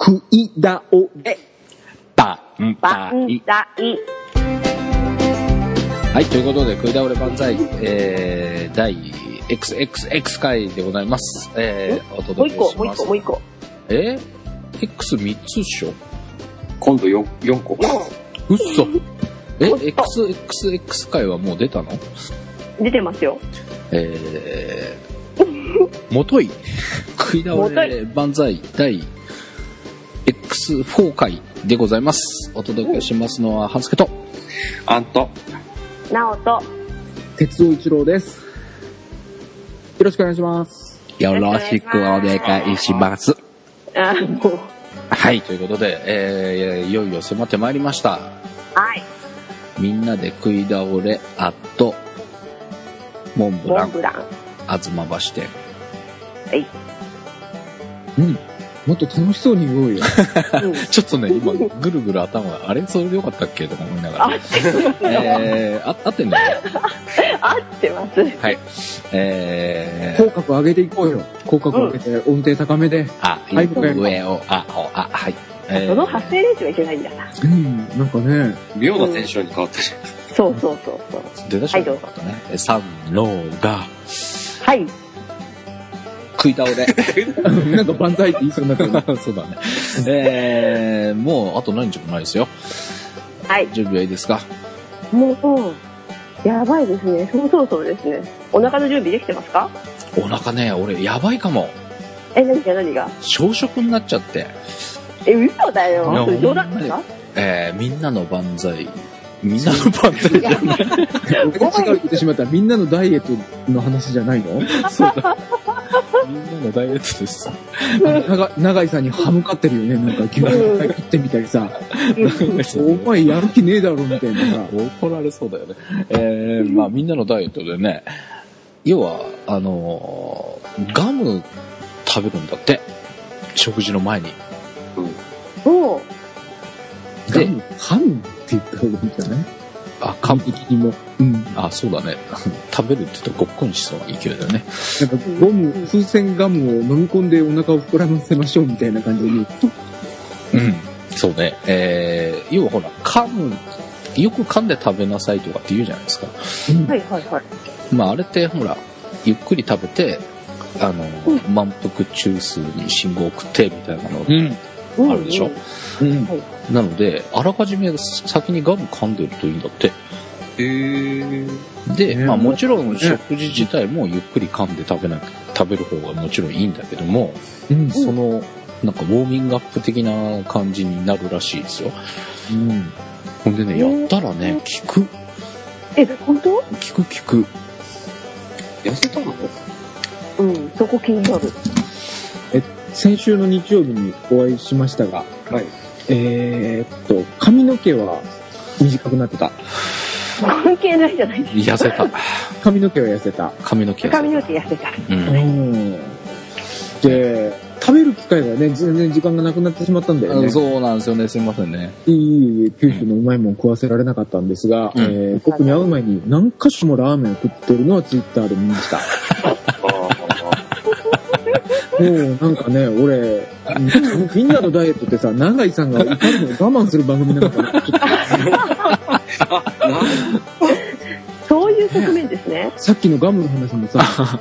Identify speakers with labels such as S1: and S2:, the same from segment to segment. S1: 食い倒れ、バン
S2: バ
S1: ザ
S2: ン
S1: イ。
S2: ザイ。
S1: はい、ということで、食い倒れ万歳、えー、第 XXX 回でございます。えー、お
S2: もう
S1: 届
S2: 一
S1: け
S2: 個、
S1: し
S2: もう
S1: ま
S2: 一
S1: す
S2: 個、。もう一個。
S1: えー、X3 つっしょ
S3: 今度 4, 4個。
S1: うっそ。え、
S2: ほんと
S1: XXX 回はもう出たの
S2: 出てますよ。
S1: えー、もと い、食い倒
S2: もと
S1: れ万歳第 X4 回でございます。お届けしますのは、はずけと、
S3: あんと。
S2: なおと、
S4: 鉄道一郎です。よろしくお願いします。
S1: よろしくお願いします。
S2: あもう、
S1: はい、ということで、えー、いよいよ迫ってまいりました。
S2: はい、
S1: みんなで食い倒れ、アット、モンブ
S2: モ
S1: ラ
S2: ン
S1: ン、
S2: ブラン。
S1: 東橋店。
S2: はい。
S4: うん。もっと楽しそうに動い よ。
S2: うん
S1: ちょっとね、今、ぐるぐる頭が、あれそれでよかったっけとか思いなが
S2: あ
S1: ら。えー、あ、合ってんだよね。
S2: 合ってます。
S1: はい。えー、
S4: 口角上げていこうよ。口角上げて、音程高めで。
S1: あ、
S4: はい
S1: 上を、あ、ほ、あ、はい。え
S2: その
S1: ー、
S2: 発声練習はいけないんだな。
S4: うん。なんかね、
S3: 妙なテンションに変わってる。
S2: そうそうそうそう。
S1: 出だし
S2: はい、
S1: は
S2: ど
S1: よ
S2: うぞ
S1: か。ったね。え三、の、が、
S2: はい。
S1: 食い倒れ。
S4: なんか万歳って言いそうになったよね。
S1: そうだね。えー、もう、あと何日もないですよ。
S2: はい。
S1: 準備はいいですか
S2: もう、やばいですね。そうそうそうですね。お腹の準備できてますか
S1: お腹ね、俺、やばいかも。
S2: え、何が何が
S1: 小食になっちゃって。
S2: え、嘘だよ
S1: いや。
S2: それ冗談です
S1: ほん
S2: か
S1: えー、みんなの万歳。みんなの万歳じゃない。
S4: 僕が違うって言ってしまったら、みんなのダイエットの話じゃないの
S1: そうだ。みんなのダイエットです。
S4: 長長井さんに歯向かってるよね。なんか牛乳いっぱい食ってみたりさ。 お前やる気ねえだろ、みたいなさ。
S1: 怒られそうだよね。えー、まあみんなのダイエットでね、要は、あのーガム食べるんだって。食事の前に。
S2: も
S4: ガ
S1: で、
S4: ム、ハムって言った方がいいんじゃない
S1: あ、
S4: 完璧にも。うん。なんか
S1: あ、そうだね。 食べるって言うとごっこにしそうな勢いだよね。
S4: ゴム、風船ガムを飲み込んでお腹を膨らませましょうみたいな感じに。
S1: うん。そうね。えー、要はほら、噛む、よく噛んで食べなさいとかって言うじゃないですか。
S2: う、はいはいはい。
S1: まああれってほら、ゆっくり食べて、あのー、満腹中枢に信号を送ってみたいなのを
S4: うん。
S2: うん
S1: あるでしょ
S2: うん
S4: うん。
S1: なので、あらかじめ先にガム噛んでるといいんだって。
S3: へー。
S1: で、
S4: ね
S1: まあもちろん食事自体もゆっくり噛んで食べなく、食べる方がもちろんいいんだけども、
S4: うん。
S1: その、なんかウォーミングアップ的な感じになるらしいですよ。
S4: うん。
S1: ほんでね、
S2: うん
S1: やったらね、効く、効
S2: え、本当
S1: く効く。
S3: 痩せたの
S2: うん、そこ気になる。
S4: 先週の日曜日にお会いしましたが、
S3: はい。
S4: えーっと、髪の毛は短くなってた。
S2: 関係ないじゃないです
S1: 痩せた。
S4: 髪の毛は痩せた。
S1: 髪の毛
S2: か。
S1: 痩せ
S2: 髪の毛痩せた。
S1: た。うん。
S4: ん。で、食べる機会がね、全然時間がなくなってしまったんだよ
S1: う
S4: ね
S1: ん。そうなんですよね、すいませんね。
S4: いい、九州のうまいもん食わせられなかったんですが、
S1: うん
S4: えー僕に会う前に何箇所もラーメンを食ってるのはツイッターで見ました。
S3: あー
S4: もうなんかね、俺、みんなのダイエットってさ、長井さんが怒るのを我慢する番組なのかな。ちょっ
S2: そういう側面です ね。
S4: とさっきのガムの 話もさ、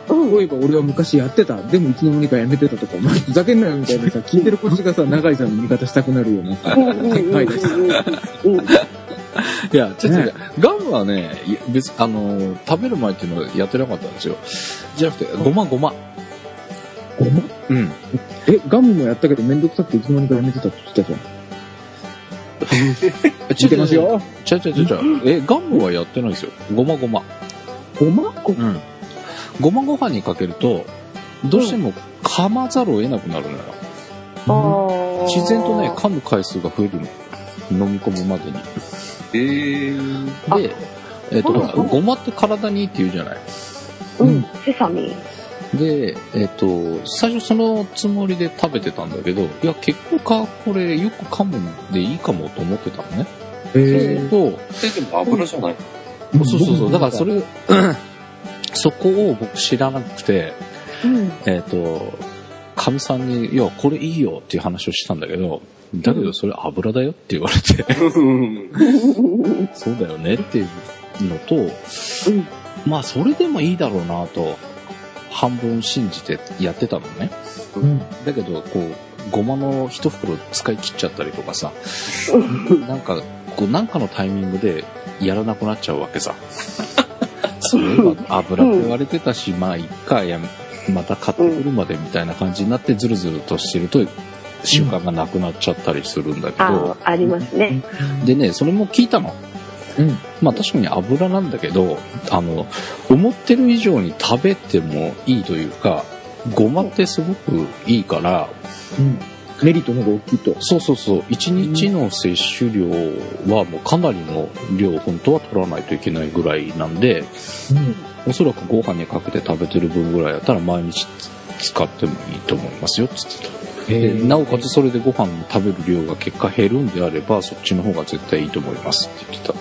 S2: うん。
S4: そういえば俺は昔やってた。でもいつの間にかやめてたとか、お前ふざけんなよみたいなさ、聞いてるこっちがさ、永井さんの味方したくなるようなさ。
S2: うんうんうんうんうんうん
S1: いや、ちょっとね
S4: ね
S1: ガムはね、いや別に、あのー、食べる前っていうのはやってなかったんですよ。じゃなくて、ごまごま。
S4: ごま
S1: うん。
S4: え、ガムもやったけどめんどくさくていつの間にかやめてたって言ってたじゃん。
S1: ち
S4: 聞いてますよ。
S1: ちゃちゃちゃちゃ。え、ガムはやってないですよ。ごまごま。
S4: ごま
S1: うん。ごまご飯にかけると、どうしても噛まざるを得なくなるのよ。
S2: あー
S1: 自然とね、噛む回数が増えるの。飲み込むまでに。
S3: えー。
S1: で、えっ、と、
S2: そ
S1: ほ
S2: うなの
S1: ら、ごまって体にいいって言うじゃない。
S2: うん。セサミン。
S1: で、えっ、と、最初そのつもりで食べてたんだけど、いや、結構か、これよく噛むんでいいかもと思ってたのね。
S4: え
S1: それと、
S3: え、でも油じゃない
S4: ー
S1: そうそうそう。だからそ、れ、 そこを僕知らなくて、
S2: うん。
S1: えっ、と、かみさんに、いや、これいいよっていう話をしたんだけど、だけどそれ油だよって言われて、 そうだよねっていうのと、まあそれでもいいだろうなと、半分信じてやってたのね。
S4: うん。
S1: だけど、こう、ごまの一袋使い切っちゃったりとかさ、なんか、こう、なんかのタイミングでやらなくなっちゃうわけさ。そういえば油って言われてたし、まあ、いっか、やめまた買ってくるまでみたいな感じになって、ずるずるとしてると、習慣がなくなっちゃったりするんだけ
S2: あ
S1: ど、
S2: あ、ありますね。
S1: でね、それも聞いたの。
S4: うん。
S1: まあ確かに油なんだけど、あの、思ってる以上に食べてもいいというか、ごまってすごくいいから、
S4: うん。メリットの方が大きいと。
S1: そうそうそう、1日の摂取量はもうかなりの量、本当は取らないといけないぐらいなんで、
S4: うん。
S1: おそらくご飯にかけて食べてる分ぐらいだったら毎日使ってもいいと思いますよ、つってた。でなおかつそれでご飯の食べる量が結果減るんであれば、そっちの方が絶対いいと思いますって言ってた。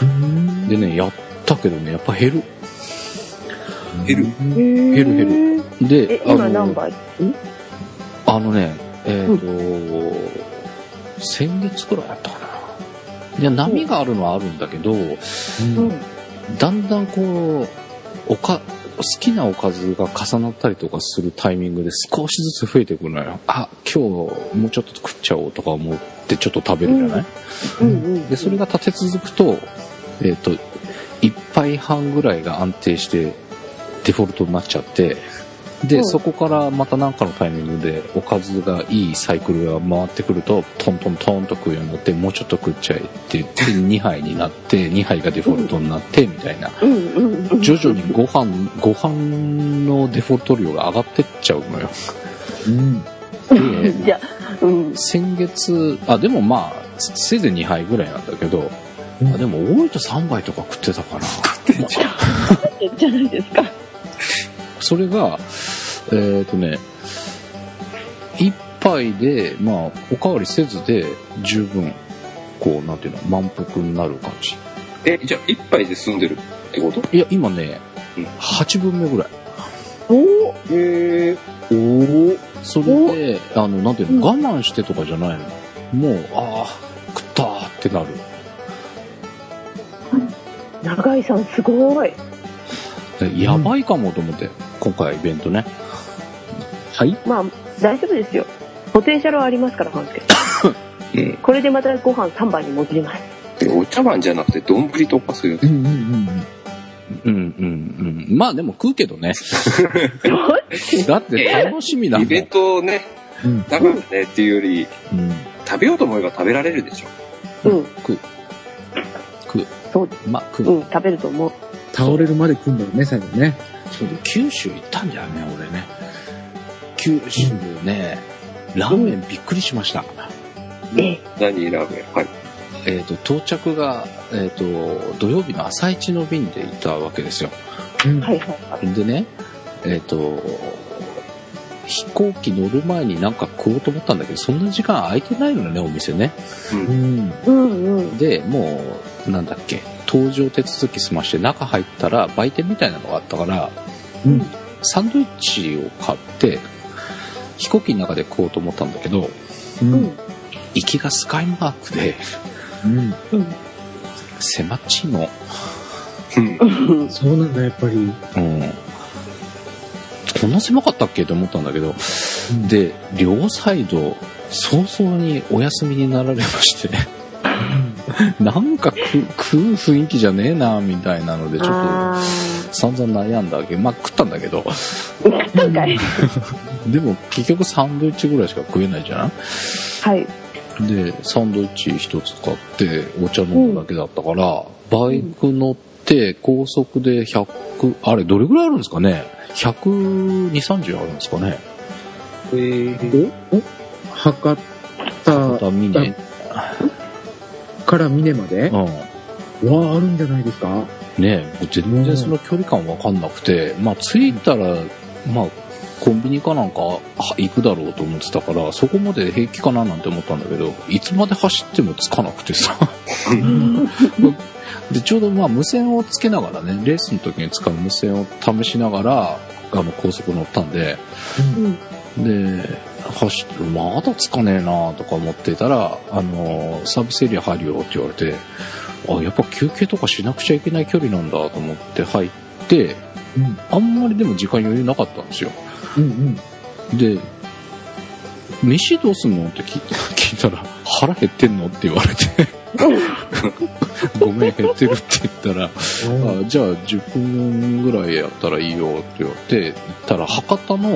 S4: うん、
S1: でね、やったけどね、やっぱ減る。
S3: 減る。
S4: う
S2: 減
S4: ん
S1: る減
S2: る。え
S1: で、、あ
S2: 今
S1: の
S2: 何杯
S1: あのね、えっ、と、先月くらいだったかな。いや、波があるのはあるんだけど、
S2: うん。
S1: だんだんこう、おか、好きなおかずが重なったりとかするタイミングで少しずつ増えてくるのよ。あ、今日もうちょっと食っちゃおうとか思ってちょっと食べるじゃない、
S2: うんうん。
S1: で、それが立て続くと、えっ、と、一杯半ぐらいが安定してデフォルトになっちゃって、で、
S2: うん
S1: そこからまた何かのタイミングでおかずがいいサイクルが回ってくると、トントントンと食うようになって、もうちょっと食っちゃえって言って、2杯になって、2杯がデフォルトになって、みたいな。
S2: うんうんうん。
S1: 徐々にご飯、ご飯のデフォルト量が上がってっちゃう のよ。
S4: うん。
S1: で、
S2: じゃあ、うん。
S1: 先月、あ、でもまあ、せいぜい2杯ぐらいなんだけど、
S4: うん
S1: あでも多いと3杯とか食ってたかな。
S2: じゃないですか。
S1: それが、えっ、とね、1杯で、まあ、おかわりせずで十分、こう、なんていうの、満腹になる感じ。
S3: え、じゃあ、一杯で済んでるってこと
S1: いや、今ね
S3: うん、
S1: 8分目ぐらい。
S2: お
S3: へえ。
S4: おー
S1: それで、あの、なんていうの、我慢してとかじゃないの。もう、ああ、食ったーってなる。
S2: 長井さんすごい。
S1: でやばいかもと思って、今回イベントね。はい
S2: まあ、大丈夫ですよ。ポテンシャルはありますから、半助。
S3: うん。
S2: これでまたご飯3杯に戻ります。
S3: でお茶碗じゃなくて、丼とかする。
S4: うんうんうんうん。
S1: うんうんうん。まあでも食うけどね。
S2: どう
S1: だって楽しみなん
S3: イ
S1: だ
S3: ベン
S1: も
S3: トをね、
S4: うん
S3: だからねっていうより、
S1: ん。うん
S3: 食べようと思えば食べられるでしょ。
S2: うん、
S1: 食う。食う。
S2: そう
S1: まあ食う。
S2: うん、食べると思う。
S4: 倒れるまで組んだよね、最後ね。
S1: そうだ九州行ったんだよね、俺ね。九州ね、ラーメンびっくりしました。
S2: え
S3: 何ラーメン。はい。
S1: えっ、と、到着が、えっ、と、土曜日の朝一の便で行ったわけですよ。
S4: うん。
S2: はいはいはい。
S1: でね、えっ、と、飛行機乗る前になんか食おうと思ったんだけど、そんな時間空いてないのよね、お店ね。
S4: うん。
S2: うんうん。
S1: で、もう、なんだっけ、搭乗手続き済まして中入ったら売店みたいなのがあったから、
S4: うん
S1: サンドイッチを買って、飛行機の中で食おうと思ったんだけど、
S2: う
S4: う。
S2: んん
S1: 行きがスカイマークで、
S4: うん。
S2: うん。
S1: 狭っちいの。
S3: うん。
S2: うん
S4: そうなんだ、やっぱり。うん。
S1: うん。こんな狭かったっけと思ったんだけど、で、両サイド、早々にお休みになられまして、なんか食う食う雰囲気じゃねえな、みたいなので、ちょっと
S2: あ
S1: 散々悩んだわけど、まあ食ったんだけど、
S2: ー。なんか、
S1: でも結局サンドイッチぐらいしか食えないじゃん
S2: はい。
S1: で、サンドイッチ一つ買ってお茶飲むだけだったから、バイク乗って高速で100、あれどれぐらいあるんですかね ?100、2、30あるんですかね
S3: えー、
S4: おお博多
S1: また見ね。
S4: から峰まで
S1: うん。
S4: わあ、あるんじゃないですか
S1: ねえ、もう全然その距離感わかんなくて、まあ着いたら、まあコンビニかなんかは行くだろうと思ってたから、そこまで平気かななんて思ったんだけど、いつまで走っても着かなくてさ。で、ちょうどまあ無線をつけながらね、レースの時に使う無線を試しながら、あの、高速乗ったんで、
S2: う
S1: で、走って、まだつかねえなとか思ってたら、あの、サービスエリア入るよって言われて、あ、やっぱ休憩とかしなくちゃいけない距離なんだと思って入って、
S4: うん
S1: あんまりでも時間余裕なかったんですよ。
S4: うん
S1: で、飯どうすんのって聞い 聞いたら、腹減ってんのって言われて、 ごめん減ってるって言ったら、
S4: うん。
S1: あじゃあ10分ぐらいやったらいいよって言って行ったら博多の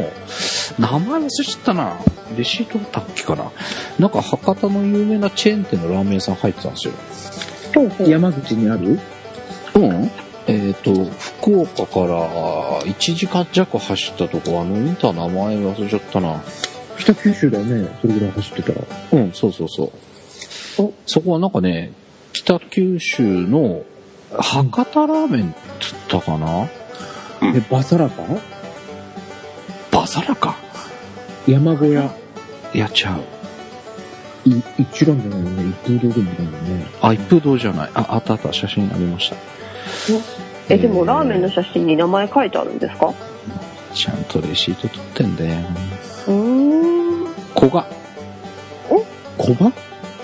S1: 名前忘れちゃったなレシートだったっけかななんか博多の有名なチェーン店のラーメン屋さん入ってたんですよ
S2: そうそう。
S4: 山口にある
S1: うんえっ、と福岡から1時間弱走ったとこあのインター名前忘れちゃったな
S4: 北九州だよね。それぐらい走ってたら。
S1: うんそうそうそう
S2: お
S1: そこはなんかね北九州の博多ラーメンっつったかな
S4: え、バサラか
S1: バザラか
S4: 山小屋。
S1: いやちゃう
S4: い一覧じゃないよね。一風堂でもないよね。
S1: あ、一風堂じゃない。あ、あったあった、写真ありました。
S2: え、でもラーメンの写真に名前書いてあるんですか
S1: ちゃんとレシート取ってんだよ。
S2: うーん。
S1: 古賀。
S2: お
S1: 古賀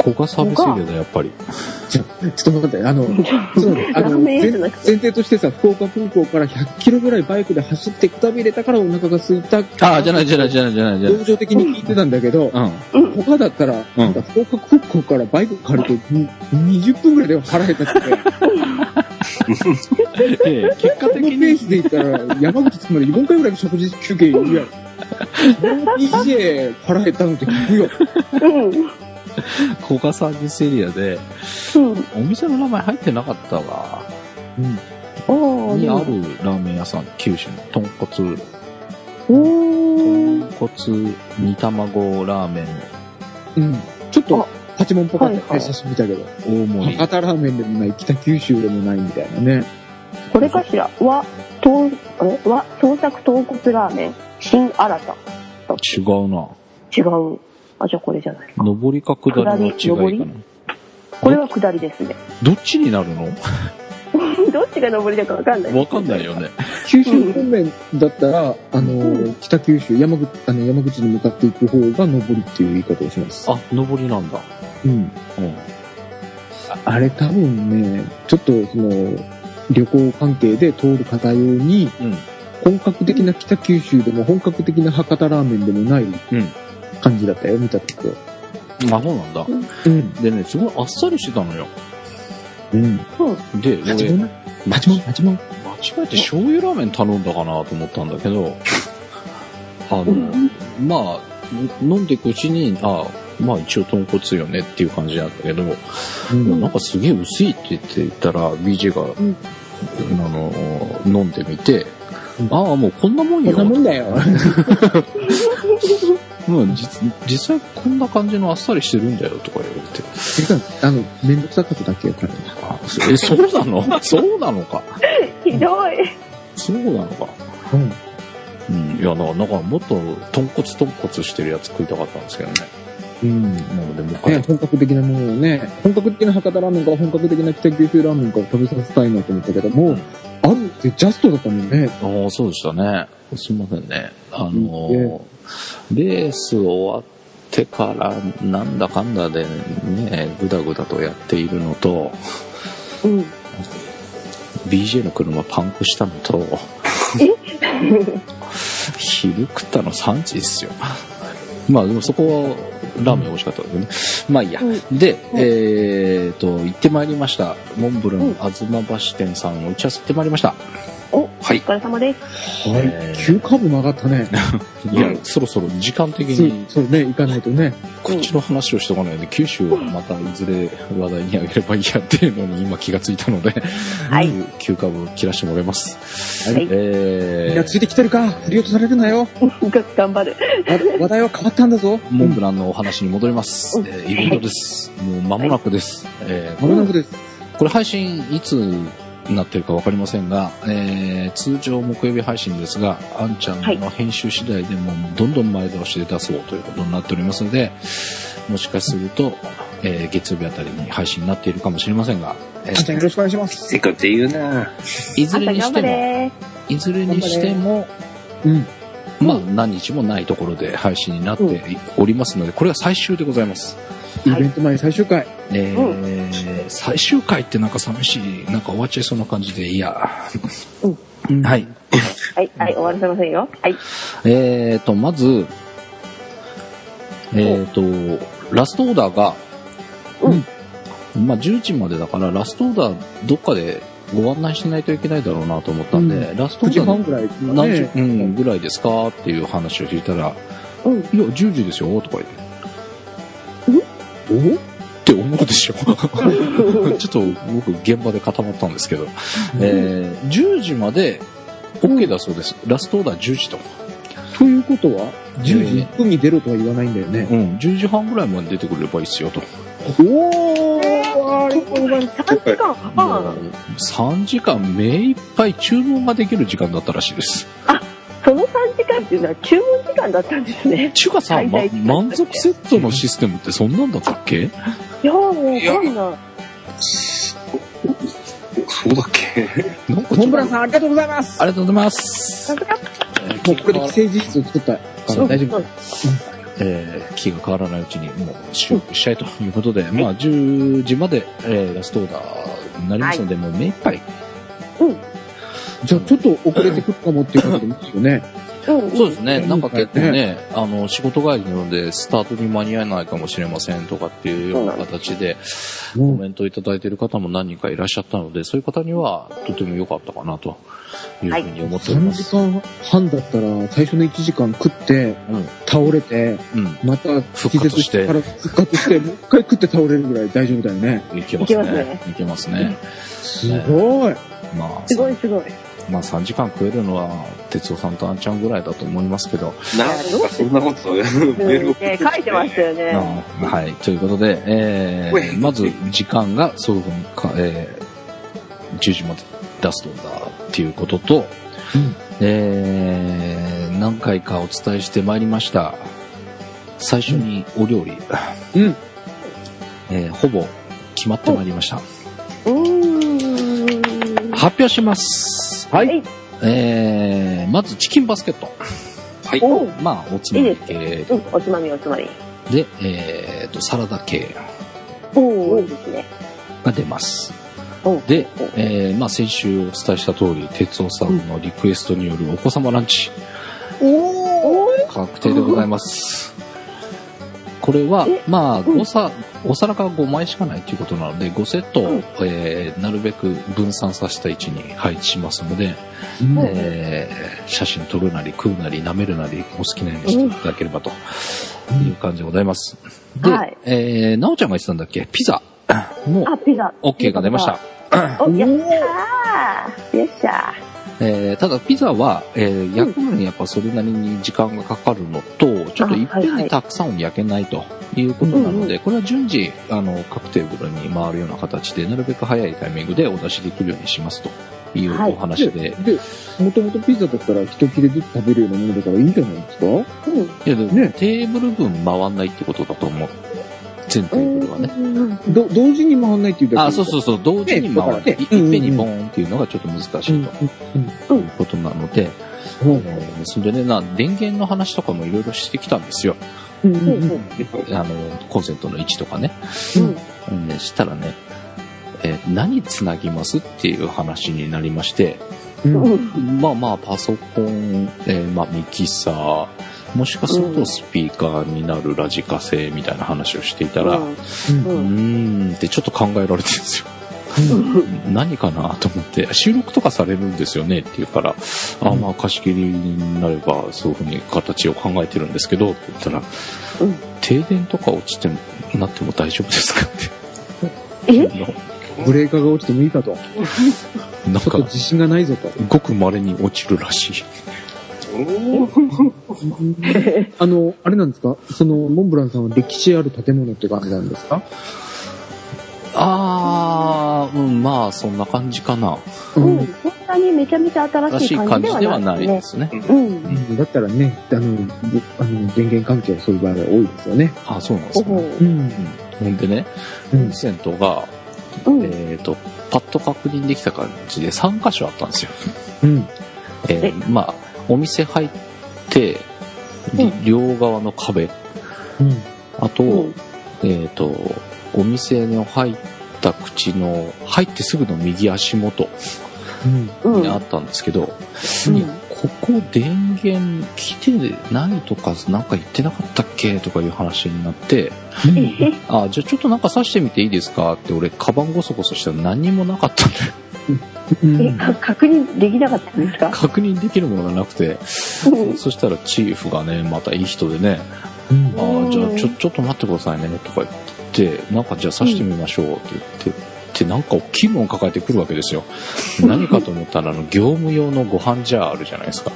S1: 古賀サービスエリアだ、やっぱり。
S4: ちょっと待って、あ の、そうね、あ
S2: ラー
S4: の、
S2: メン屋
S4: 前
S2: じゃな
S4: 前
S2: くて
S4: 提としてさ、福岡空港から100キロぐらいバイクで走ってくたびれたからお腹が空いた。
S1: あ、じゃないじゃないじゃないじゃないじゃない。
S4: 同情的に聞いてたんだけど、
S1: うん。
S4: 他だったら、
S1: うん
S4: 福岡空港からバイク借りて、に20分ぐらいで腹減ったって、こ
S1: ええ、 結果的
S4: のペー
S1: に、
S4: スで行ったら、山口着くまで4回ぐらい食事休憩いるやん。DJ 腹減ったのって聞くよ。
S2: うん。
S1: 古賀サービスエリアで、
S2: うん。
S1: お店の名前入ってなかったわ。
S2: ああ、
S1: に
S2: で
S1: あ
S2: も。
S1: るラーメン屋さん、九州の、豚骨、
S2: うーん。
S1: 骨、煮卵ラーメン、
S4: うん。ちょっ
S2: あ
S4: と、パチモンっぽかっ
S2: は
S4: た
S2: いはい
S4: 写真見たけど、
S1: 大盛り。
S4: 博多ラーメンでもない、北九州でもないみたいなね。
S2: これかしら和、とう、あれ和、創作豚骨ラーメン、新新た。
S1: 違うな。
S2: 違う。あ、じゃあこれじゃない。
S1: 上りか下りの違いかな。
S2: これは下りですね。
S1: どっちになるの
S2: どっちが上りだかわかんない。
S1: わかんないよね。
S4: 九州方面だったら、あの、北九州、山口、あの、山口に向かっていく方が上りっていう言い方をします。
S1: あ、上りなんだ。
S4: うん。
S1: うん。
S4: あれ多分ね、ちょっとその、旅行関係で通る方用に、
S1: うん。
S4: 本格的な北九州でも本格的な博多ラーメンでもない感じだったよ、見たとこ。
S1: あ、そうなんだ。
S4: うん。
S1: でね、すごいあっさりしてたのよ。
S4: うん。
S1: で、
S4: パチ
S1: 俺、間
S4: モンパチモンパチモ
S1: 違
S4: ン
S1: えて醤油ラーメン頼んだかなと思ったんだけど、あの、
S2: うん
S1: まあ、飲んでいくうちに、あまあ一応豚骨よねっていう感じなんだけど、
S4: うん。
S1: なんかすげえ薄いって言ってたら、BJ が、
S2: ん
S1: あの、飲んでみて、
S4: うん
S1: ああ、もうこんなもん
S4: こ
S1: よ。
S4: んなもんだよ。
S1: うん実実際こんな感じのあっさりしてるんだよとか言われて。
S4: 実は、 あの、めんどくさかっただけよ、彼は。
S1: あそえ、そうなの そうなのか。
S2: ひどい。
S1: そうなのか。
S4: うん。
S1: うん、いや、なんか、なんかもっと、豚骨豚骨してるやつ食いたかったんですけどね。
S4: うん。
S1: なので、もう一
S4: ね、
S1: 回、
S4: 本格的なものをね、本格的な博多ラーメンか本格的な北九州ラーメンかを食べさせたいなと思ったけども、
S1: うん
S4: あるってジャストだったもんね。
S1: ああ、そうでしたね。すいませんね。あのー
S4: い
S1: レース終わってから、なんだかんだでね、ぐだぐだとやっているのと、
S2: うん。
S1: BJ の車パンクしたのと、昼食ったの3時ですよ。まあでもそこはラーメン美味しかったですね。まあいいや。
S2: うん
S1: で、
S2: うん
S1: えーと、行ってまいりました。モンブラ
S2: う
S1: ン
S2: ん
S1: 東橋店さんの打ち合わせ行ってまいりました。
S3: はい
S2: お。疲れ様です。
S4: は
S1: えー
S4: い。急カーブ曲がったね。
S1: いや、そろそろ時間的
S4: そう
S1: に、
S4: そうね、行かないとね。
S1: こっちの話をしておかないので、九州はまたいずれ話題にあげればいいやっていうのに今気がついたので、
S2: はい。
S1: 急カーブを切らしてもらいます。
S2: はい
S1: え
S4: いや、
S1: ー
S4: ついてきてるか。振り落とされるなよ。
S2: 頑張る。
S4: わ話題は変わったんだぞ。
S1: モンブランのお話に戻ります。
S2: う
S1: え
S2: ん
S1: ーイベントです。もう間もなくです。えー
S4: まもなくです。
S1: これ配信いつになってるかわかりませんが、えー通常木曜日配信ですが、あんちゃんの編集次第でもうどんどん前倒しで出そうということになっておりますので、もしかすると、えー月曜日あたりに配信になっているかもしれませんが、えー
S4: あんちゃんよろしくお願いします。
S3: せっかく言うない
S2: あ
S1: ず
S2: ん
S1: れ
S2: た
S1: にし
S2: 頑
S1: ても、
S2: 張れ。
S1: いずれにしても、
S4: うん。
S1: まあ、何日もないところで配信になっておりますので、これが最終でございます。
S4: イベント前最終回。
S1: えー最終回ってなんか寂しい、なんか終わっちゃいそうな感じで、いや。はい。
S2: はい、はい、終わらせませんよ。はい。
S1: えーと、まず、えーと、ラストオーダーが、まあ、10時までだから、ラストオーダーどっかでご案内しないといけないだろうなと思ったんで、
S4: う
S1: ラストオー
S4: 9時
S1: ダー
S4: 半
S1: の
S4: ぐらい。
S1: 何時、
S4: ね。
S1: うん、ぐらいですかっていう話を聞いたら、
S2: う
S1: い
S2: ん
S1: や、10時ですよ、とか言って。
S4: お
S1: って思うでしょちょっと僕現場で固まったんですけど、えー、10時まで OK だそうです、ラストオーダー10時とか、
S4: ということは、10時
S1: え
S4: 1分に出ろとは言わないんだよね。
S1: うん、10時半ぐらいまで出てくれればいいですよと
S4: おーありがとうございます。
S2: 3時間
S1: も
S2: 半。
S1: う3時間目いっぱい注文ができる時間だったらしいです。
S2: その3時間っていうのは注文時間だったんですね。
S1: ちゅうかさ、
S2: 最
S1: ま
S2: 大時、間
S1: 満足セットのシステムってそんなんだったっけ
S2: いやー、もうかんな
S3: そうだっけ
S1: なんかちょっと
S4: トンブラさん、ありがとうございます。
S1: ありがとうございます。
S4: もうこれで既成事実を作ったから大丈夫。
S2: 夫。
S1: えー気が変わらないうちにもう収録したいということで、まあ10時まで、えーラストオーダーになりますので、もう目いっぱい。
S4: じゃあちょっと遅れてくるかもっていうことでもいいですよね。
S2: うん。
S1: そうですね。
S4: うん
S1: なんか結構ね、あの、仕事帰りなので、スタートに間に合わないかもしれませんとかっていうような形で、コメントいただいている方も何人かいらっしゃったので、そういう方にはとても良かったかなというふうに思っており
S4: 3
S1: ま
S4: 時
S1: す。
S4: 間半だったら、最初の1時間食って、
S1: うん
S4: 倒れて、
S1: うん。
S4: また
S1: 復活して
S4: 気絶から復活して、もう一回食って倒れるぐらい大丈夫だよね。
S1: いけます
S2: いけます
S1: ね
S2: ね。
S1: いけますね。
S4: すごい。
S1: まあ、
S2: すごいすごい。
S1: まあ3時間食えるのは、哲夫さんとあんちゃんぐらいだと思いますけど、
S3: なんかそんなこと、メール
S2: う
S3: を
S2: ん、ね書いてましたよね。
S1: あのはい。ということで、え
S3: おい
S1: ー、まず時間がそういうふうにか、えー、10時まで出すんだっていうことと、
S4: うん
S1: えー、何回かお伝えしてまいりました。最初にお料理。
S4: うん
S1: えーほぼ決まってまいりました。
S2: うーん。。
S1: 発表します。
S4: はい
S1: えー、まずチキンバスケット。
S3: はい。
S2: おう
S1: まあ、おつまみ系で、
S2: うん、おつまみおつまみ。
S1: えーと、サラダ系
S2: おおいいですね。
S1: が出ます。
S2: お
S1: で、
S2: お
S1: えーまあ、先週お伝えした通り、哲夫さんのリクエストによるお子様ランチ、
S2: おお
S1: 確定でございます。これは
S2: え、
S1: まあ、
S2: うん
S1: 誤差、お皿が5枚しかないということなので、5セットを、
S2: うん
S1: えーなるべく分散させた位置に配置しますので、
S4: うん
S1: えー写真撮るなり、食うなり、舐めるなり、お好きなようにしていただければという感じでございます。で、
S2: はい
S1: えー、なおちゃんが言ってたんだっけピザも
S2: あ、ピザ。
S1: OK が出ました。。
S2: お、やっ
S4: おー
S2: しゃーよっしゃ
S1: えーただピザは、えー焼くのにやっぱそれなりに時間がかかるのと、ちょっといっぺ
S2: あ
S1: ん
S2: はいは
S1: に
S2: い
S1: たくさん焼けないということなので、
S2: うん
S1: これは順次、あの、各テーブルに回るような形で、なるべく早いタイミングでお出しできるようにしますという
S2: はい
S1: お話で、い、
S4: で、もともとピザだったら一切れずつ食べるようなものだからいいんじゃないですか
S2: ー。うん。
S1: やでも
S4: ね
S1: テーブル分回んないってことだと思う。全テーブルはね。
S2: うん
S4: ど同時に回んないっていうだけ
S1: あ、そうそうそう、同時に回らない。
S4: ね
S1: いいっぺんにボーンっていうのがちょっと難しいと
S4: う
S1: い
S4: ん
S1: うことなので、
S4: うん
S1: えーそれでな、電源の話とかもいろいろしてきたんですよ。
S4: うんうん
S2: うん
S4: うん
S1: あの、コンセントの位置とかね。
S2: うん
S1: うんしたらね、えー何つなぎますっていう話になりまして、
S4: うん
S2: う
S4: うん
S2: ん。
S1: まあまあパソコン、えーまあミキサー、もしかする
S2: う
S1: と
S2: ん
S1: スピーカーになるラジカセみたいな話をしていたら、う
S2: う
S1: ー
S2: ん。
S1: んってちょっと考えられてるんですよ。何かなと思って、収録とかされるんですよねって言うから、あ、まあ貸し切りになればそういうふうに形を考えてるんですけど、って言ったら、
S2: うん
S1: 停電とか落ちても、なっても大丈夫ですかって。
S2: え
S4: ブレーカーが落ちてもいいかと。
S1: なん
S4: ちょっと
S1: か、
S4: 自信がないぞ と。
S1: ごく稀に落ちるらしい。
S3: おー
S4: あの、あれなんですかその、モンブランさんは歴史ある建物って感じなんですか
S1: あー、うん、まあ、そんな感じかな。
S2: うん。そんなにめちゃめちゃ新
S1: ら
S2: し
S1: し
S2: い
S1: い
S2: 感
S1: 感
S2: じ
S1: じで
S2: で
S1: は
S2: は
S1: な
S2: ないい
S1: で
S2: ね。
S1: すね。
S2: うん。
S4: うんだったらね、あの、ぶあの電源関係はそういう場合が多いですよね。
S1: あ、そうなんで
S2: お
S1: すか、
S2: ほ
S4: ん。
S1: ほんでね、
S4: うん。
S1: セントが、
S2: ううん。
S1: えっ、と、パッと確認できた感じで3箇所あったんですよ。
S4: うん。
S1: えーまあ、お店入って手、り両側の壁、
S4: うん。
S1: あと、
S2: うん
S1: えっ、と、お店の入った口の、入ってすぐの右足元
S4: うん。
S2: うん。
S1: にあったんですけど、
S2: うん
S1: ここ電源来てないとか、なんか言ってなかったっけとかいう話になって、
S4: うん
S1: あ、じゃあちょっとなんか挿してみていいですかって俺、カバンごそごそしたら何にもなかったんで、
S4: うん
S2: え、か確認できなかったんです か
S1: 確認できるものがなくて、
S2: うん
S1: そしたらチーフがね、またいい人でね、
S4: うん
S1: あーじゃあちょ、ちょっと待ってくださいね、とか言って、なんかじゃあ刺してみましょうって言って、ってなんか大きいもん抱えてくるわけ ですよ。何かと思ったら、あの、業務用のご飯ジャーあるじゃないですか。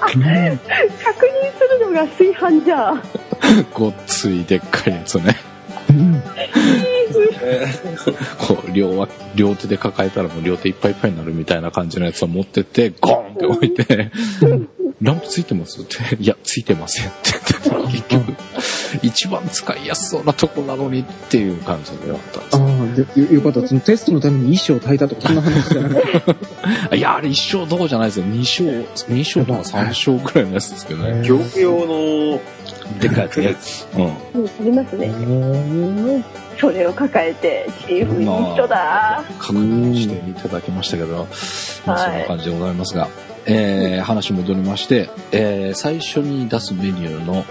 S2: 確認するのが炊飯じゃあ。
S1: ごっついでっかいやつをね。
S4: うん
S1: こう、両脇、両手で抱えたらもう両手いっぱいいっぱいになるみたいな感じのやつを持ってって、ゴーンって置いて、ランプついてますって、いや、ついてませんって言って、結局、一番使いやすそうなとこなのにっていう感じで終わったんです
S4: ああ、でよ、よかった。そのテストのために衣装を炊いたとか、そんな話じゃない。
S1: あいや、あれ一生どころじゃないですよ。二章、二章とか三章くらいのやつですけどね。
S3: 業務用の、
S1: でかいやつ。うん。
S2: うん、ありますね。それを抱えて、チーフに一緒だ。
S1: 確認していただきましたけど、まあそんな感じでございますが、えー話戻りまして、えー最初に出すメニューの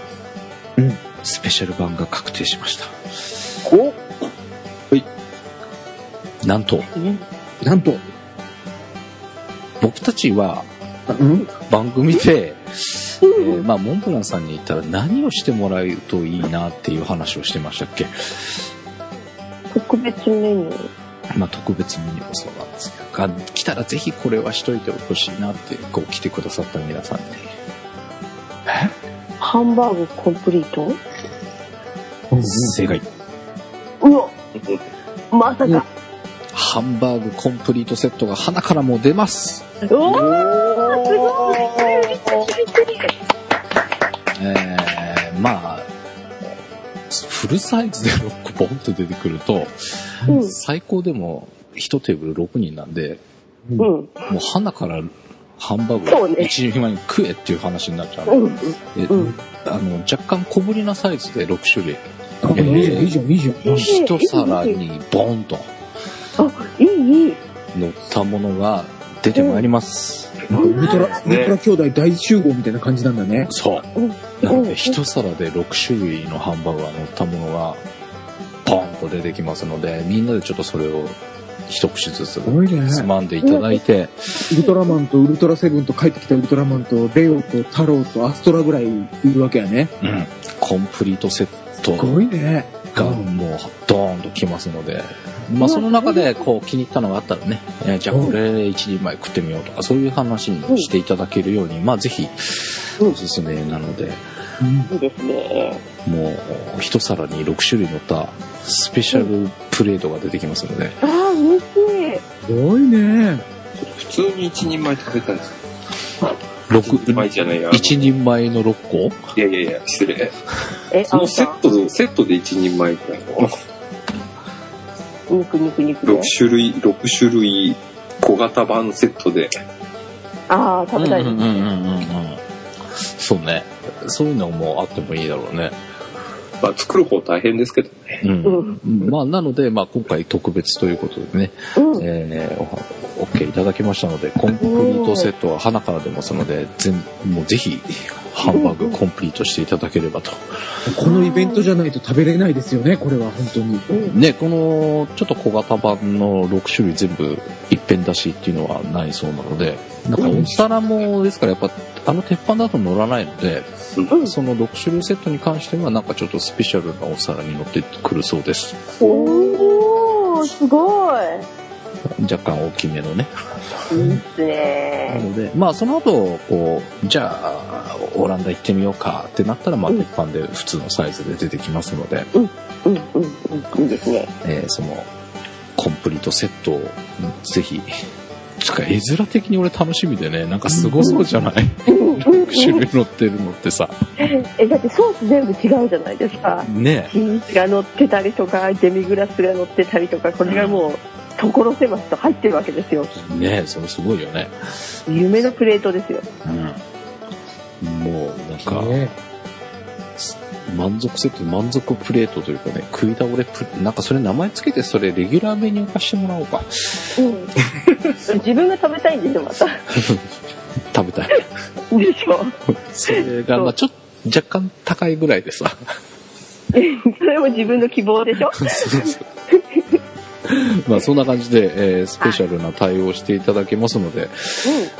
S4: うん
S1: スペシャル版が確定しました。
S3: お
S1: なんと、
S4: なんと、
S1: 僕たちは
S4: うん
S1: 番組で、えーまあ、モンブランさんに言ったら何をしてもらえるといいなっていう話をしてましたっけ
S2: 特別メニュー。
S1: まあ、特別メニューもそうなんですが、来たらぜひこれはしといてほしいなって、こう来てくださった皆さんに。
S2: ハンバーグコンプリート
S1: 正解。
S2: うわまさか。
S1: ハンバーグコンプリートセットが花からもう出ます。
S2: うわーすごいびっくりびっくりびっくり
S1: えー、まあ、フルサイズで6個ボンと出てくると、
S2: うん
S1: 最高でも1テーブル6人なんで、
S2: うん。
S1: もう花からハンバ
S2: そう
S1: ーグ
S2: ね
S1: 一人前に食えっていう話になっちゃうの
S2: うん。
S1: で、
S2: うん
S1: あの若干小ぶりなサイズで6種類。
S4: あ、でもいいじゃん、いいじゃん、いいじゃん。
S2: いいね
S1: 一皿にボンと
S2: あ、いいいい。
S1: 乗ったものが出てまいります。
S4: なんかウルトラ、ウルトラ兄弟大集合みたいな感じなんだね。
S1: そう
S2: うん。
S1: なの
S2: うん
S1: で、一皿で6種類のハンバーグが乗ったものが、ポンと出てきますので、みんなでちょっとそれを一口ずつ
S4: すごいね。
S1: つまんでいただいて、
S4: ウルトラマンとウルトラセブンと帰ってきたウルトラマンとレオとタロウとアストラぐらいいるわけやね。
S1: うんコンプリートセット
S4: すごいね。
S1: がもうドーンときますので、まあその中でこう気に入ったのがあったらね、えーじゃあこれ一人前食ってみようとか、そういう話にしていただけるように、まあぜひおすすめなので、
S4: うん
S2: いいですね。
S1: もう一皿に6種類乗ったスペシャルプレートが出てきますので、
S2: あー、嬉しい。
S4: すごいね。
S3: 普通に一人前食べたんです一人前
S1: 6、
S3: じゃないや。
S1: 一人前の6個
S3: いやいやいや、失礼。
S2: え、
S3: そ
S2: あ
S3: の
S2: ん
S3: セ
S2: た
S3: ッ、トで、セットで一人前くらいの。
S2: 肉肉肉
S3: 6
S2: で。
S3: 種類、6種類、小型版セットで。
S2: あー、食べたい。
S1: うんうんうんうんうんそうね。そういうのもあってもいいだろうね。
S3: まあ、作る方大変ですけどね。
S1: うん
S2: うん。
S1: まあ、なので、まあ、今回特別ということでね、
S2: うん。
S1: えー、おは OK いただきましたので、コンプリートセットは花から出ますので、全もうぜひ、ハンバーグコンプリートしていただければと。
S4: このイベントじゃないと食べれないですよね、これは本当に。
S2: うん
S1: ね、この、ちょっと小型版の6種類全部一遍出しっていうのはないそうなので、なんかお皿も、ですからやっぱ、あの鉄板だと乗らないので、
S2: うん。
S1: その6種類セットに関しては、なんかちょっとスペシャルなお皿に乗ってくるそうです。
S2: おー、すごい。
S1: 若干大きめのね。
S2: いいっす
S1: な
S2: ね。
S1: ので、まあその後、こう、じゃあ、オランダ行ってみようかってなったら、まあ
S2: うん
S1: 鉄板で普通のサイズで出てきますので、
S2: うんうんうん。いいですね。
S1: えーその、コンプリートセットをぜひ、つか絵面的に俺楽しみでね、なんかすごそうじゃ ない ?6 種類乗ってるのってさ、
S2: え、だってソース全部違うじゃないですか。
S1: ね
S2: チーズが乗ってたりとか、デミグラスが乗ってたりとか、これがもう、所狭しと入ってるわけですよ。
S1: え、ねえ、それすごいよね。
S2: 夢のプレートですよ。
S1: うん。もう、なんか、
S4: ね
S1: 満足セット、満足プレートというかね、食い倒れプ、なんかそれ名前つけて、それレギュラーメニュー化してもらおうか。
S2: うん。自分が食べたいんでしょ、また。
S1: 食べたい。
S2: でしょ。
S1: それが、まあちょっと、若干高いぐらいでさ。
S2: それも自分の希望でしょ。
S1: まあそんな感じで、えースペシャルな対応をしていただけますので、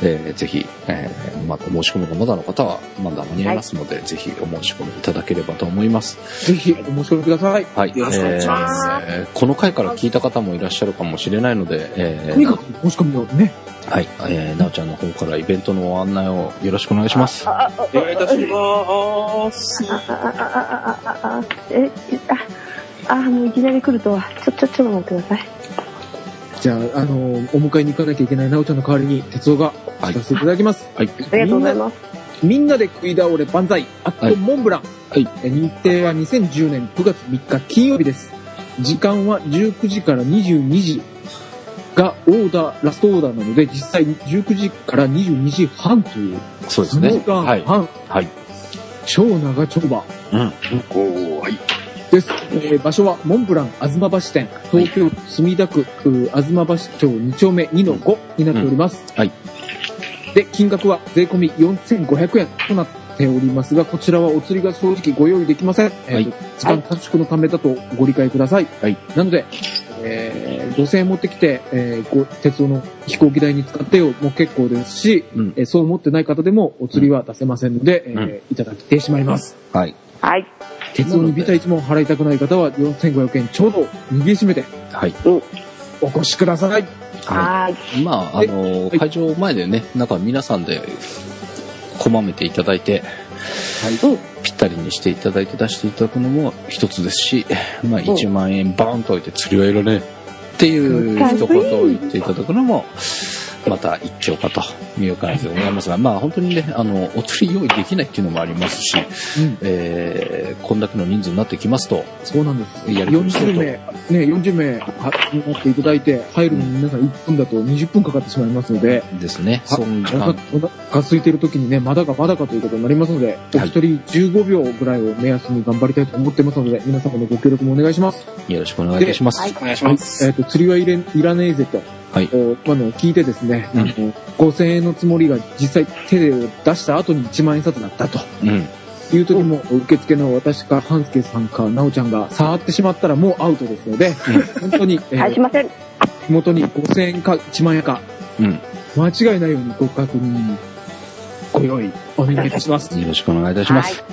S1: えーぜひ、えーまた申し込みがまだの方は、まだ間に合いますので、ぜひお申し込みいただければと思います。
S4: ぜひ、お申し込みください。
S1: はい。
S3: よろしくお願いします
S1: えーこの回から聞いた方もいらっしゃるかもしれないので、え
S4: とに
S1: ー
S4: かく、申し込みをね。
S1: はい。えーなおちゃんの方からイベントの案内をよろしくお願いします
S2: うん。。あ、あ、あ、
S3: お願いいたします。
S2: あ、あ、あ、あ、あ、あ、え、あ、あ、もういきなり来るとは。ちょ、ちょ、ちょっと待ってください。
S4: じゃあ、あのお迎えに行かなきゃいけないなおちゃんの代わりに、哲夫が、
S1: は
S4: さ
S1: い
S4: せていただきます。
S1: はい。
S2: ありがとうございます。
S4: みんなで食い倒れ万歳、あ
S1: はい
S4: とモンブラン。
S1: はい
S4: え日程は2010年9月3日金曜日です。時間は19時から22時がオーダー、ラストオーダーなので、実際19時から22時半という、
S1: そうです
S4: 3時
S1: ね。
S4: 間
S1: はい。
S4: 半、
S1: はい。
S4: 超長丁場
S1: うん。
S3: おー、はい。
S4: です。えー場所はモンブラン東橋店、東京墨田区、う東橋町2丁目2の5になっております。
S1: うんはい。
S4: で、金額は税込み4500円となっておりますが、こちらはお釣りが正直ご用意できません。えー
S1: はい
S4: 時間短縮のためだとご理解ください。
S1: はい。
S4: なので、えー、女性持ってきて、えー、ご、鉄道の飛行機代に使ってよも結構ですし、
S1: うん
S4: えーそう思ってない方でもお釣りは出せませんので、
S1: ん
S4: えーいただいてしまいます。
S1: はい。
S2: はい。
S4: 鉄道にビタ1問払いたくない方は4500円ちょうど握りしめて
S1: はい。
S4: お越しください。
S1: は
S2: はい。
S1: い。まあ、あの
S4: は
S1: ー、
S4: い
S1: 会場前でね、なんか皆さんで、こまめていただいて、
S2: うん。
S1: ぴったりにしていただいて出していただくのも一つですし、まあ、1万円バーンと置いて釣りはいらねえっていう一言を言っていただくのも、また一興かという感じでございますが、まあ本当にね、あの、お釣り用意できないっていうのもありますし、
S4: うん、
S1: えー、こんだけの人数になってきますと、
S4: そうなんです。
S1: やりくりする
S4: 40
S1: と
S4: 名、ね、40名は持っていただいて、入るのに皆さん1分だと20分かかってしまいますので、
S1: ですね、
S4: は
S1: そんな
S4: お腹
S1: 感
S4: お腹が空いてる時にね、まだかまだかということになりますので、お一人15秒ぐらいを目安に頑張りたいと思ってますので、皆様のご協力もお願いします。
S1: じ、よろしくお願いいたします。
S2: はい
S3: お願いし
S4: はい
S3: ま、
S4: え
S3: す。
S4: っ、と、釣りはいれんいらねえぜと、
S1: はい
S4: おあの、聞いてですね、
S1: うん
S4: あの5000円のつもりが実際手で出した後に1万円札だったと
S1: うん。
S4: いう時も、受付の私か、半助さんか、なおちゃんが触ってしまったらもうアウトですので、本当に、え
S2: 返し
S4: ー、
S2: ません。
S4: 手元に5000円か1万円か、
S1: うん。
S4: 間違いないようにご確認、ご用意、お願いいたします。
S1: よろしくお願いいたします。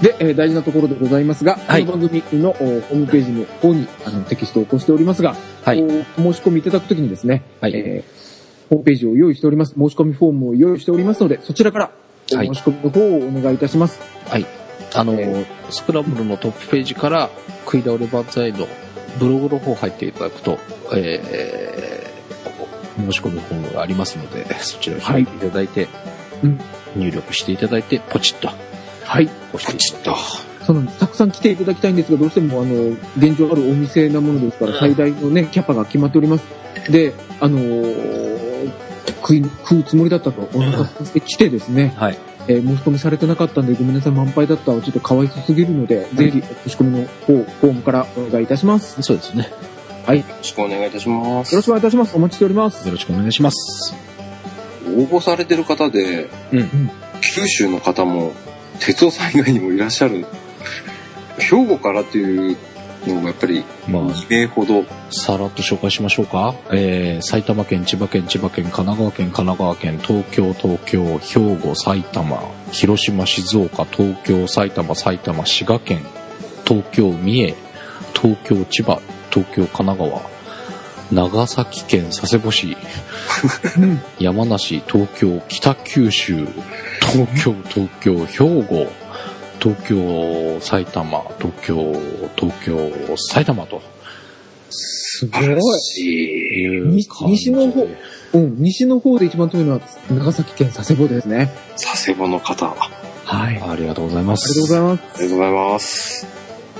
S4: で、えー大事なところでございますが、
S1: はい
S4: この番組のおホームページの方にあのテキストを起こしておりますが、
S1: はい
S4: おお申し込みいただくときにですね、
S1: はい
S4: えーホームページを用意しております。申し込みフォームを用意しておりますので、そちらからお
S1: はい
S4: 申し込みの方をお願いいたします。
S1: あの、
S4: え
S1: スクランブルのトップページから、食い倒れバンザイのブログの方入っていただくと、えー申し込みフォームがありますので、そちらを開いていただいて、
S4: うん
S1: 入力していただいて、ポチッと
S4: はい。
S1: 押していただく
S4: そうなんです。たくさん来ていただきたいんですが、どうしてもあの、現状あるお店なものですから、最大のね、キャパが決まっております。で、あのー食い、食うつもりだったと、お腹空いてきてですね、
S1: と。はい。
S4: えー申し込みされてなかったんで、ごめんなさい、満杯だったはちょっとかわいそうすぎるので、ぜひ、申し込みの方、フォームからお願いいたします。よ
S1: そうですね。
S3: よろしくお願いいたします。
S4: ろしくお願いいたします。お待ちしております
S1: よ。ろしくお願いします。
S3: 応募されてる方で、
S1: うん
S4: ん
S3: 九州の方も、鉄道さん以外にもいらっしゃる。兵庫からっていうのがやっぱり
S1: まあ、
S3: 2名ほど、
S1: さらっと紹介しましょうか。えー、埼玉県、千葉県、千葉県、神奈川県、神奈川県、東京、東京、兵庫、埼玉、広島、静岡、東京、埼玉、埼玉、滋賀県、東京、三重、東京、千葉、東京、神奈川、長崎県佐世保市、
S4: うん
S1: 山梨、東京、北九州、東京、東京、兵庫、東京、埼玉、東京、東京、埼玉と
S4: すご
S3: 素晴らしい。
S1: いう
S4: 西
S1: 感じで
S4: 西の方うん、西の方で一番遠いのは、長崎県佐世保ですね。
S3: 佐世保の方、あ
S4: はい。ありが
S1: ありがとうございます。
S4: とうございます。
S3: りがとうございます。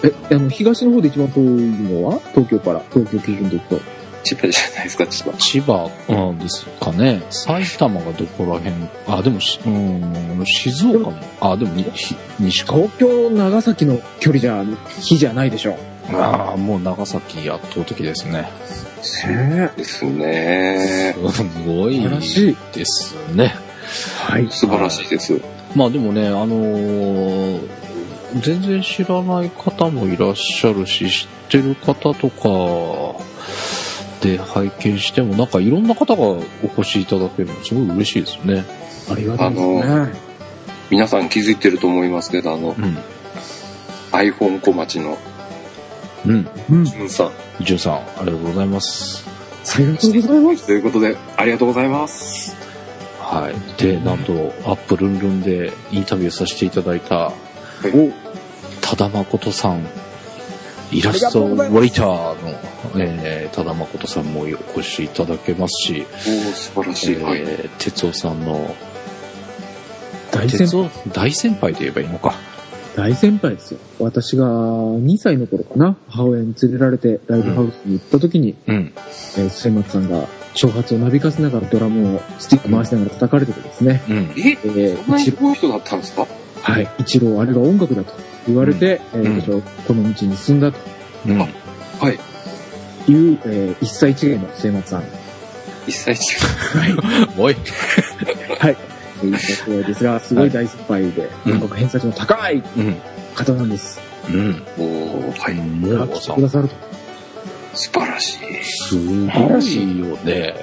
S4: え、あの、東の方で一の方で一番遠いのは東京から、東京基準でいくと。
S3: 千葉じゃないですか、千葉。
S1: 千葉、うん、ですかね。埼玉がどこら辺あ、でもし、うん、静岡も。あ、でもに、ひ西川
S4: 東京、長崎の距離じゃ、日じゃないでしょ
S1: ああ、もう長崎圧倒的ですね。
S4: ね
S3: ですね。
S1: すごい
S4: 素晴らしい
S1: ですね。
S4: はい。
S3: 素晴らしいです。
S1: まあでもね、あのー全然知らない方もいらっしゃるし、知ってる方とかで拝見しても、なんかいろんな方がお越しいただけるのすごい嬉しいですね。
S4: ありがたいですね。
S3: 皆さん気づいてると思いますけど、あの、
S1: うん。
S3: iPhone 小町の
S1: うん。
S4: うん。
S3: ジュンさん。
S1: じゅんさん、ありがとうございます。
S4: ありがとうございます。
S3: ということで、ありがとうございます。
S1: はい。で、なんと、アップルンルンでインタビューさせていただいた、
S4: お、
S1: ただまことさん、イラストウォイターの、えー、ただまことさんもお越しいただけますし、
S3: おー、素晴ら
S1: え
S3: しい。はい。
S1: ー、哲夫さんの、
S4: 大先
S1: 哲
S4: 輩。
S1: 夫、大先輩と言えばいいのか。
S4: 大先輩ですよ。私が2歳の頃かな、母親に連れられてライブハウスに行った時に、
S1: うん。
S4: えー、末松さんが挑発をなびかせながらドラムをスティック回しながら叩かれててですね、
S1: うん。
S3: え、
S4: えー
S3: そんなに
S4: 一
S3: すごい人だったんですか
S4: はい、一郎あれが音楽だと言われて、
S1: ん
S4: えー私はこの道に進んだと
S1: うん。
S3: はい。
S4: いう、えー、一歳違いの末松さん。
S3: 一切違う。
S1: おい。
S4: はい。えー一歳違いですが、すごい大先輩で、
S1: うん
S4: 音楽偏差値の高
S1: う
S4: い
S1: ん。
S4: 方なんです。
S1: うん。
S3: おー、はい。
S1: もうさ
S4: く、ださると。
S3: 素晴らしい。
S1: すごいよね。で、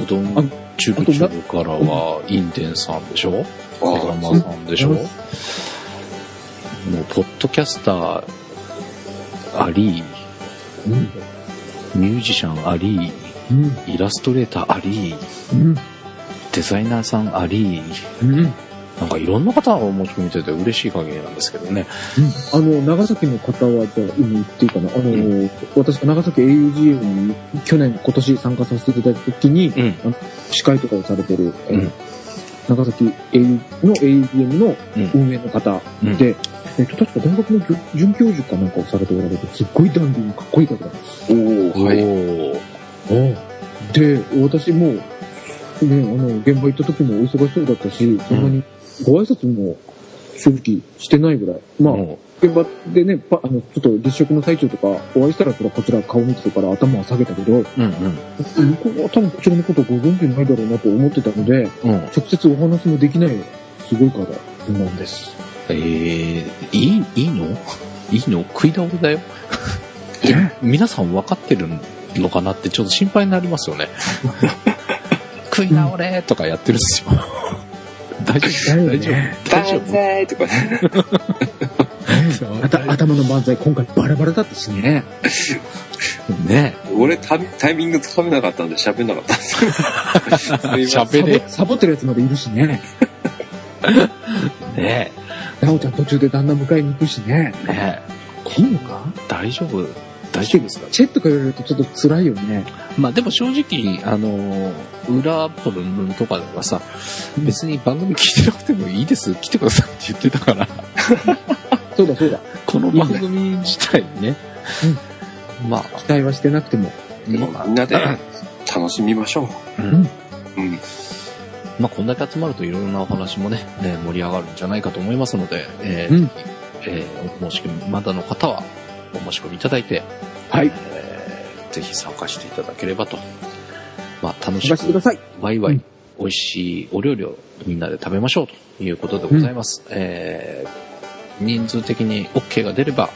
S1: うど
S4: あ
S1: ん、チュルチュルからは、インデンさんでしょ
S3: あ
S1: ドラマーさんでしょ
S4: う
S1: も
S4: ん
S1: う、ポッドキャスターあり、
S4: うん。
S1: ミュージシャンあり、
S4: うん。
S1: イラストレーターあり、
S4: うん。
S1: デザイナーさんあり、
S4: うん。
S1: なんかいろんな方をお持ち込みてて嬉しい限りなんですけどね。
S4: あの、長崎の方は、じゃあ、今言っていいかな。あの、
S1: う
S4: 私が長崎 AUGM に去年、今年参加させていただいた時に、
S1: うん
S4: あの司会とかをされてる、えー
S1: うん
S4: 長崎 AU の AUGM の
S1: うん
S4: 運営の方で、
S1: うん
S4: えっと、確か大学の准准教授かなんかをされておられて、すっごいダンディーにかっこいい方なんです。
S3: おー、はい。
S1: おー
S4: で、私も、ね、あの、現場行った時もお忙しそうだったし、そんなにご挨拶も正直してないぐらい。まあ、
S1: も
S4: 現場でね、パあの、ちょっと立食の最中とか、お会いしたら、そらこちら顔見てたから頭は下げたけど、
S1: う、うんうん。
S4: 向こうは多分こちらのことご存知ないだろうなと思ってたので、
S1: うん。
S4: 直接お話もできない、すごい方なんです。
S1: えー、いい、いいのいいの食い倒れだよ。皆さん分かってるのかなってちょっと心配になります よね。食い倒れとかやってるんです よ。大丈
S4: だ
S1: 夫
S4: よね
S1: 大丈夫大丈夫
S3: バイとかね。
S4: あた頭の漫才、今回バラバラだったしね。
S1: ねえ。ね
S3: 俺タイミ、タイミングつかめなかったんで喋んなかったんですよ。すいません
S1: 喋れ
S4: サボサボってるやつまでいるしね。
S1: え。ね
S4: なおちゃん途中で旦那迎えに行くしね。
S1: え。ね
S4: いいのか
S1: え。大丈夫大丈夫ですか
S4: チェとか言われるとちょっと辛いよね。
S1: まあでも正直、あのー、裏プルンルンとかではさ、別に番組聞いてなくてもいいです、来てくださいって言ってたから、
S4: そうだそうだ。
S1: この番組自体にね、まあ、
S4: 期待はしてなくても。
S3: でも
S1: まあ
S3: みんなで楽しみましょ
S1: うん
S3: う。うん。
S1: まあ、こんだけ集まるといろんなお話もね、えー盛り上がるんじゃないかと思いますので、えー
S4: うん
S1: ぜひえーお申し込み、まだの方はお申し込みいただいて、
S4: はい。
S1: えーぜひ参加していただければと。まあ、楽
S4: お
S1: し
S4: 待ちくだ
S1: く、
S4: さい。
S1: ワイワ
S4: う
S1: イ
S4: ん、
S1: 美味しいお料理をみんなで食べましょうということでございます。えー人数的に OK が出れば、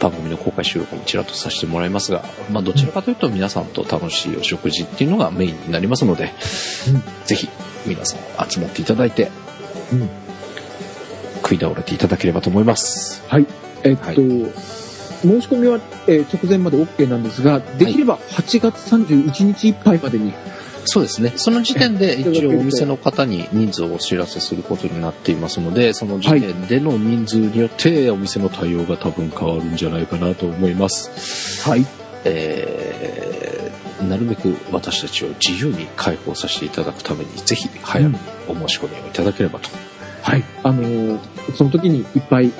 S1: 番組の公開収録もちらっとさせてもらいますが、まあ、どちらかというと皆さんと楽しいお食事っていうのがメインになりますので、ぜひ皆さん集まっていただいて、
S4: うん
S1: 食い倒れていただければと思います。
S4: えっと、
S1: はい
S4: 申し込みは、えー直前まで OK なんですが、できれば8月31日いっぱいまでに、
S1: そうですね。その時点 で一応お店の方に人数をお知らせすることになっていますので、その時点での人数によってお店の対応が多分変わるんじゃないかなと思います。
S4: はい。
S1: えー、なるべく私たちを自由に解放させていただくために、ぜひ早めにお申し込みをいただければと。
S4: はい。あのーその時にいっぱい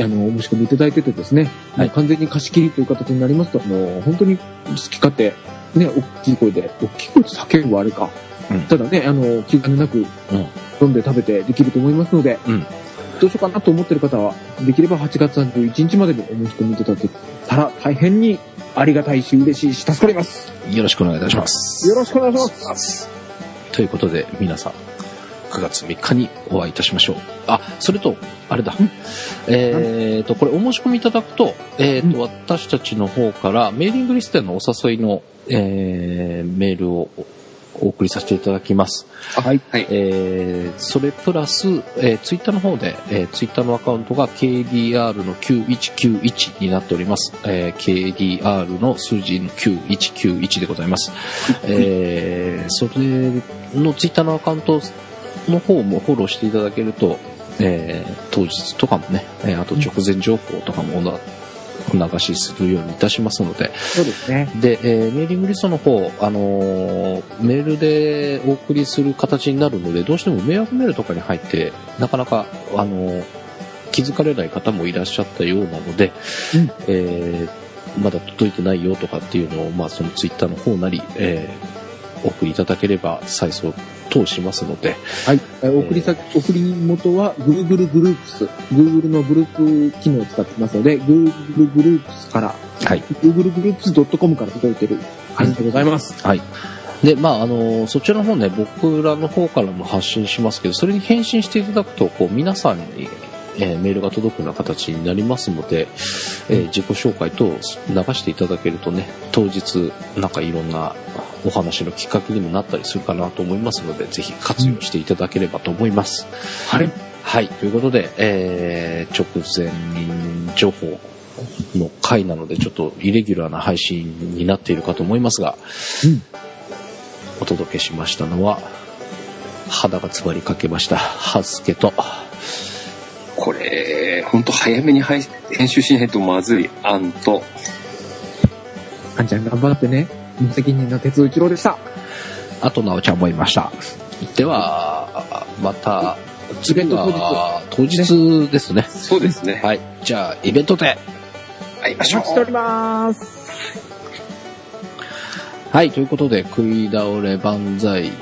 S4: あの、お申し込みいただいててですね、
S1: はい
S4: もう完全に貸し切りという形になりますと、あの、本当に好き勝手、ね、大きい声で、大きい声で叫ぶはあれか。
S1: うん
S4: ただね、あの、気兼ねなく、飲んで食べてできると思いますので、
S1: うん
S4: どうしようかなと思ってる方は、できれば8月31日までにお申し込みいただけたら、大変にありがたいし、嬉しいし、助かります。
S1: よろしくお願いいたします。
S4: よろしくお願いします。
S1: ます。ということで、皆さん、9月3日にお会いいたしましょう。あ、それと、あれだ。えっと、これお申し込みいただくと、えっ
S4: う
S1: と、私たちの方からメーリングリストへのお誘いの、えーメールをお送りさせていただきます。
S4: はい。
S3: はい。
S1: えーそれプラス、えーツイッターの方で、えーツイッターのアカウントが KDR の9191になっております。えー KDR の数字の9191でござい ます。えーそれのツイッターのアカウントの方もフォローしていただけると、えー当日とかもね、えーあと直前情報とかもおなお流しするようにいたしますので、
S4: そうですね。
S1: で、えーメーリングリストの方、あのーメールでお送りする形になるので、どうしても迷惑メールとかに入って、なかなか、あのー気づかれない方もいらっしゃったようなので、
S4: うん
S1: えーまだ届いてないよとかっていうのを、まあ、そのツイッターの方なり、えーお送りいただければ再送等しますので、
S4: はい。えー送り先、送り元は Google グループス。Google のグループ機能を使ってますので、Google グループスから、
S1: はい。
S4: Google グループス .com から届いてる感じでございます。
S1: はい。で、まあ、あの、そちらの方ね、僕らの方からも発信しますけど、それに返信していただくと、こう、皆さんに、えーメールが届くような形になりますので、えー自己紹介等流していただけるとね、当日、なんかいろんなお話のきっかけにもなったりするかなと思いますので、ぜひ活用していただければと思います。
S4: はい。
S1: はい。ということで、えー直前情報の回なので、ちょっとイレギュラーな配信になっているかと思いますが、
S4: うん
S1: お届けしましたのは、肌がつばりかけました、ハスケと、
S3: これ、ほんと早めに配編集しないとまずい案と、
S4: あんちゃん頑張ってね。無責任な鉄道一郎でした。
S1: あとなおちゃんもいました。では、また、
S4: イベント当日
S1: は当日ですね。
S3: そうですね。
S1: はい。じゃあ、イベントで。
S3: 会いまし
S4: お
S3: ょう
S4: 待ちしております。
S1: はい。ということで、食い倒れ万歳、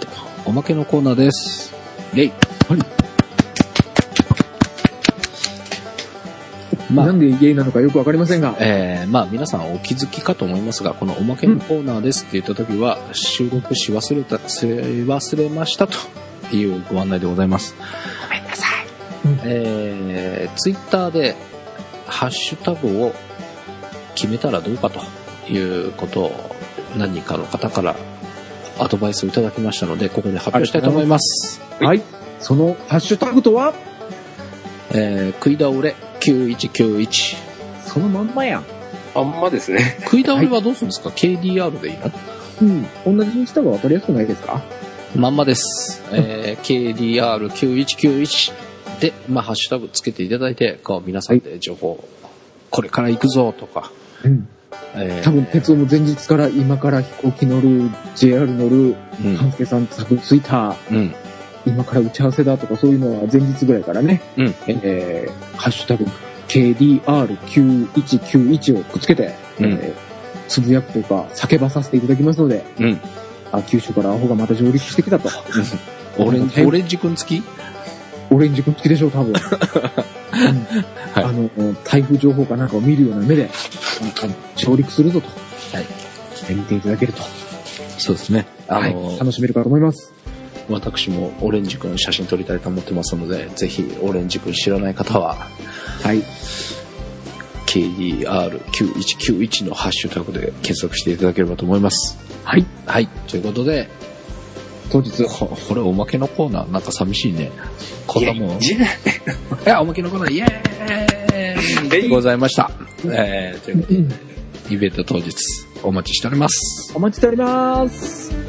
S1: おまけのコーナーです。レイ。まあ
S4: なんで家なのかよくわかりませんが、
S1: えーまあ皆さんお気づきかと思いますが、このおまけのコーナーですって言った時は、収録し忘れた、すれ忘れましたというご案内でございます。ごめんなさい。えー、ツイッターでハッシュタグを決めたらどうかということを何人かの方からアドバイスをいただきましたので、ここで発表したいと思います。
S4: はい。そのハッシュタグとは、
S1: えー、食い倒れ9191。
S4: そのまんまやん。
S3: あんまですね。
S1: 食い倒れはどうするんですか、?KDR でいいの
S4: うん。同じにした方がわかりやすくないですか
S1: まんまです。えー KDR9191 で、まあ、ハッシュタグつけていただいて、こう、皆さんで情報、これから行くぞとか、
S4: うん。
S1: えー
S4: 多分、鉄道も前日から今から飛行機乗る、JR 乗る、
S1: うん
S4: 関係さん作ツイッタ ー、
S1: うん。
S4: 今から打ち合わせだとかそういうのは前日ぐらいからね、
S1: うん
S4: えー、ハッシュタグ KDR9191 をくっつけて、
S1: うん
S4: えーつぶやくというか叫ばさせていただきますので、
S1: うん
S4: あ九州からアホがまた上陸してきたと。
S1: オレンジ、
S4: はい
S1: オレンジくん付き
S4: オレンジくん付きでしょう、 多分。うん
S1: はい
S4: あの、台風情報かなんかを見るような目で、あの上陸するぞと。
S1: はい
S4: えー見ていただけると、
S1: そうですね。あの、
S4: はい楽しめるかと思います。
S1: 私もオレンジくん写真撮りたいと思ってますので、ぜひ、オレンジくん知らない方は、
S4: はい。
S1: KDR9191 のハッシュタグで検索していただければと思います。
S4: はい。
S1: はい。ということで、
S4: 当日、
S1: ここれおまけのコーナー、なんか寂しいね。こんなもん。
S3: じゃ
S1: いや、おまけのコーナー、イエーイでございました。えー、ということで、イベント当日、お待ちしております。
S4: お待ちしております。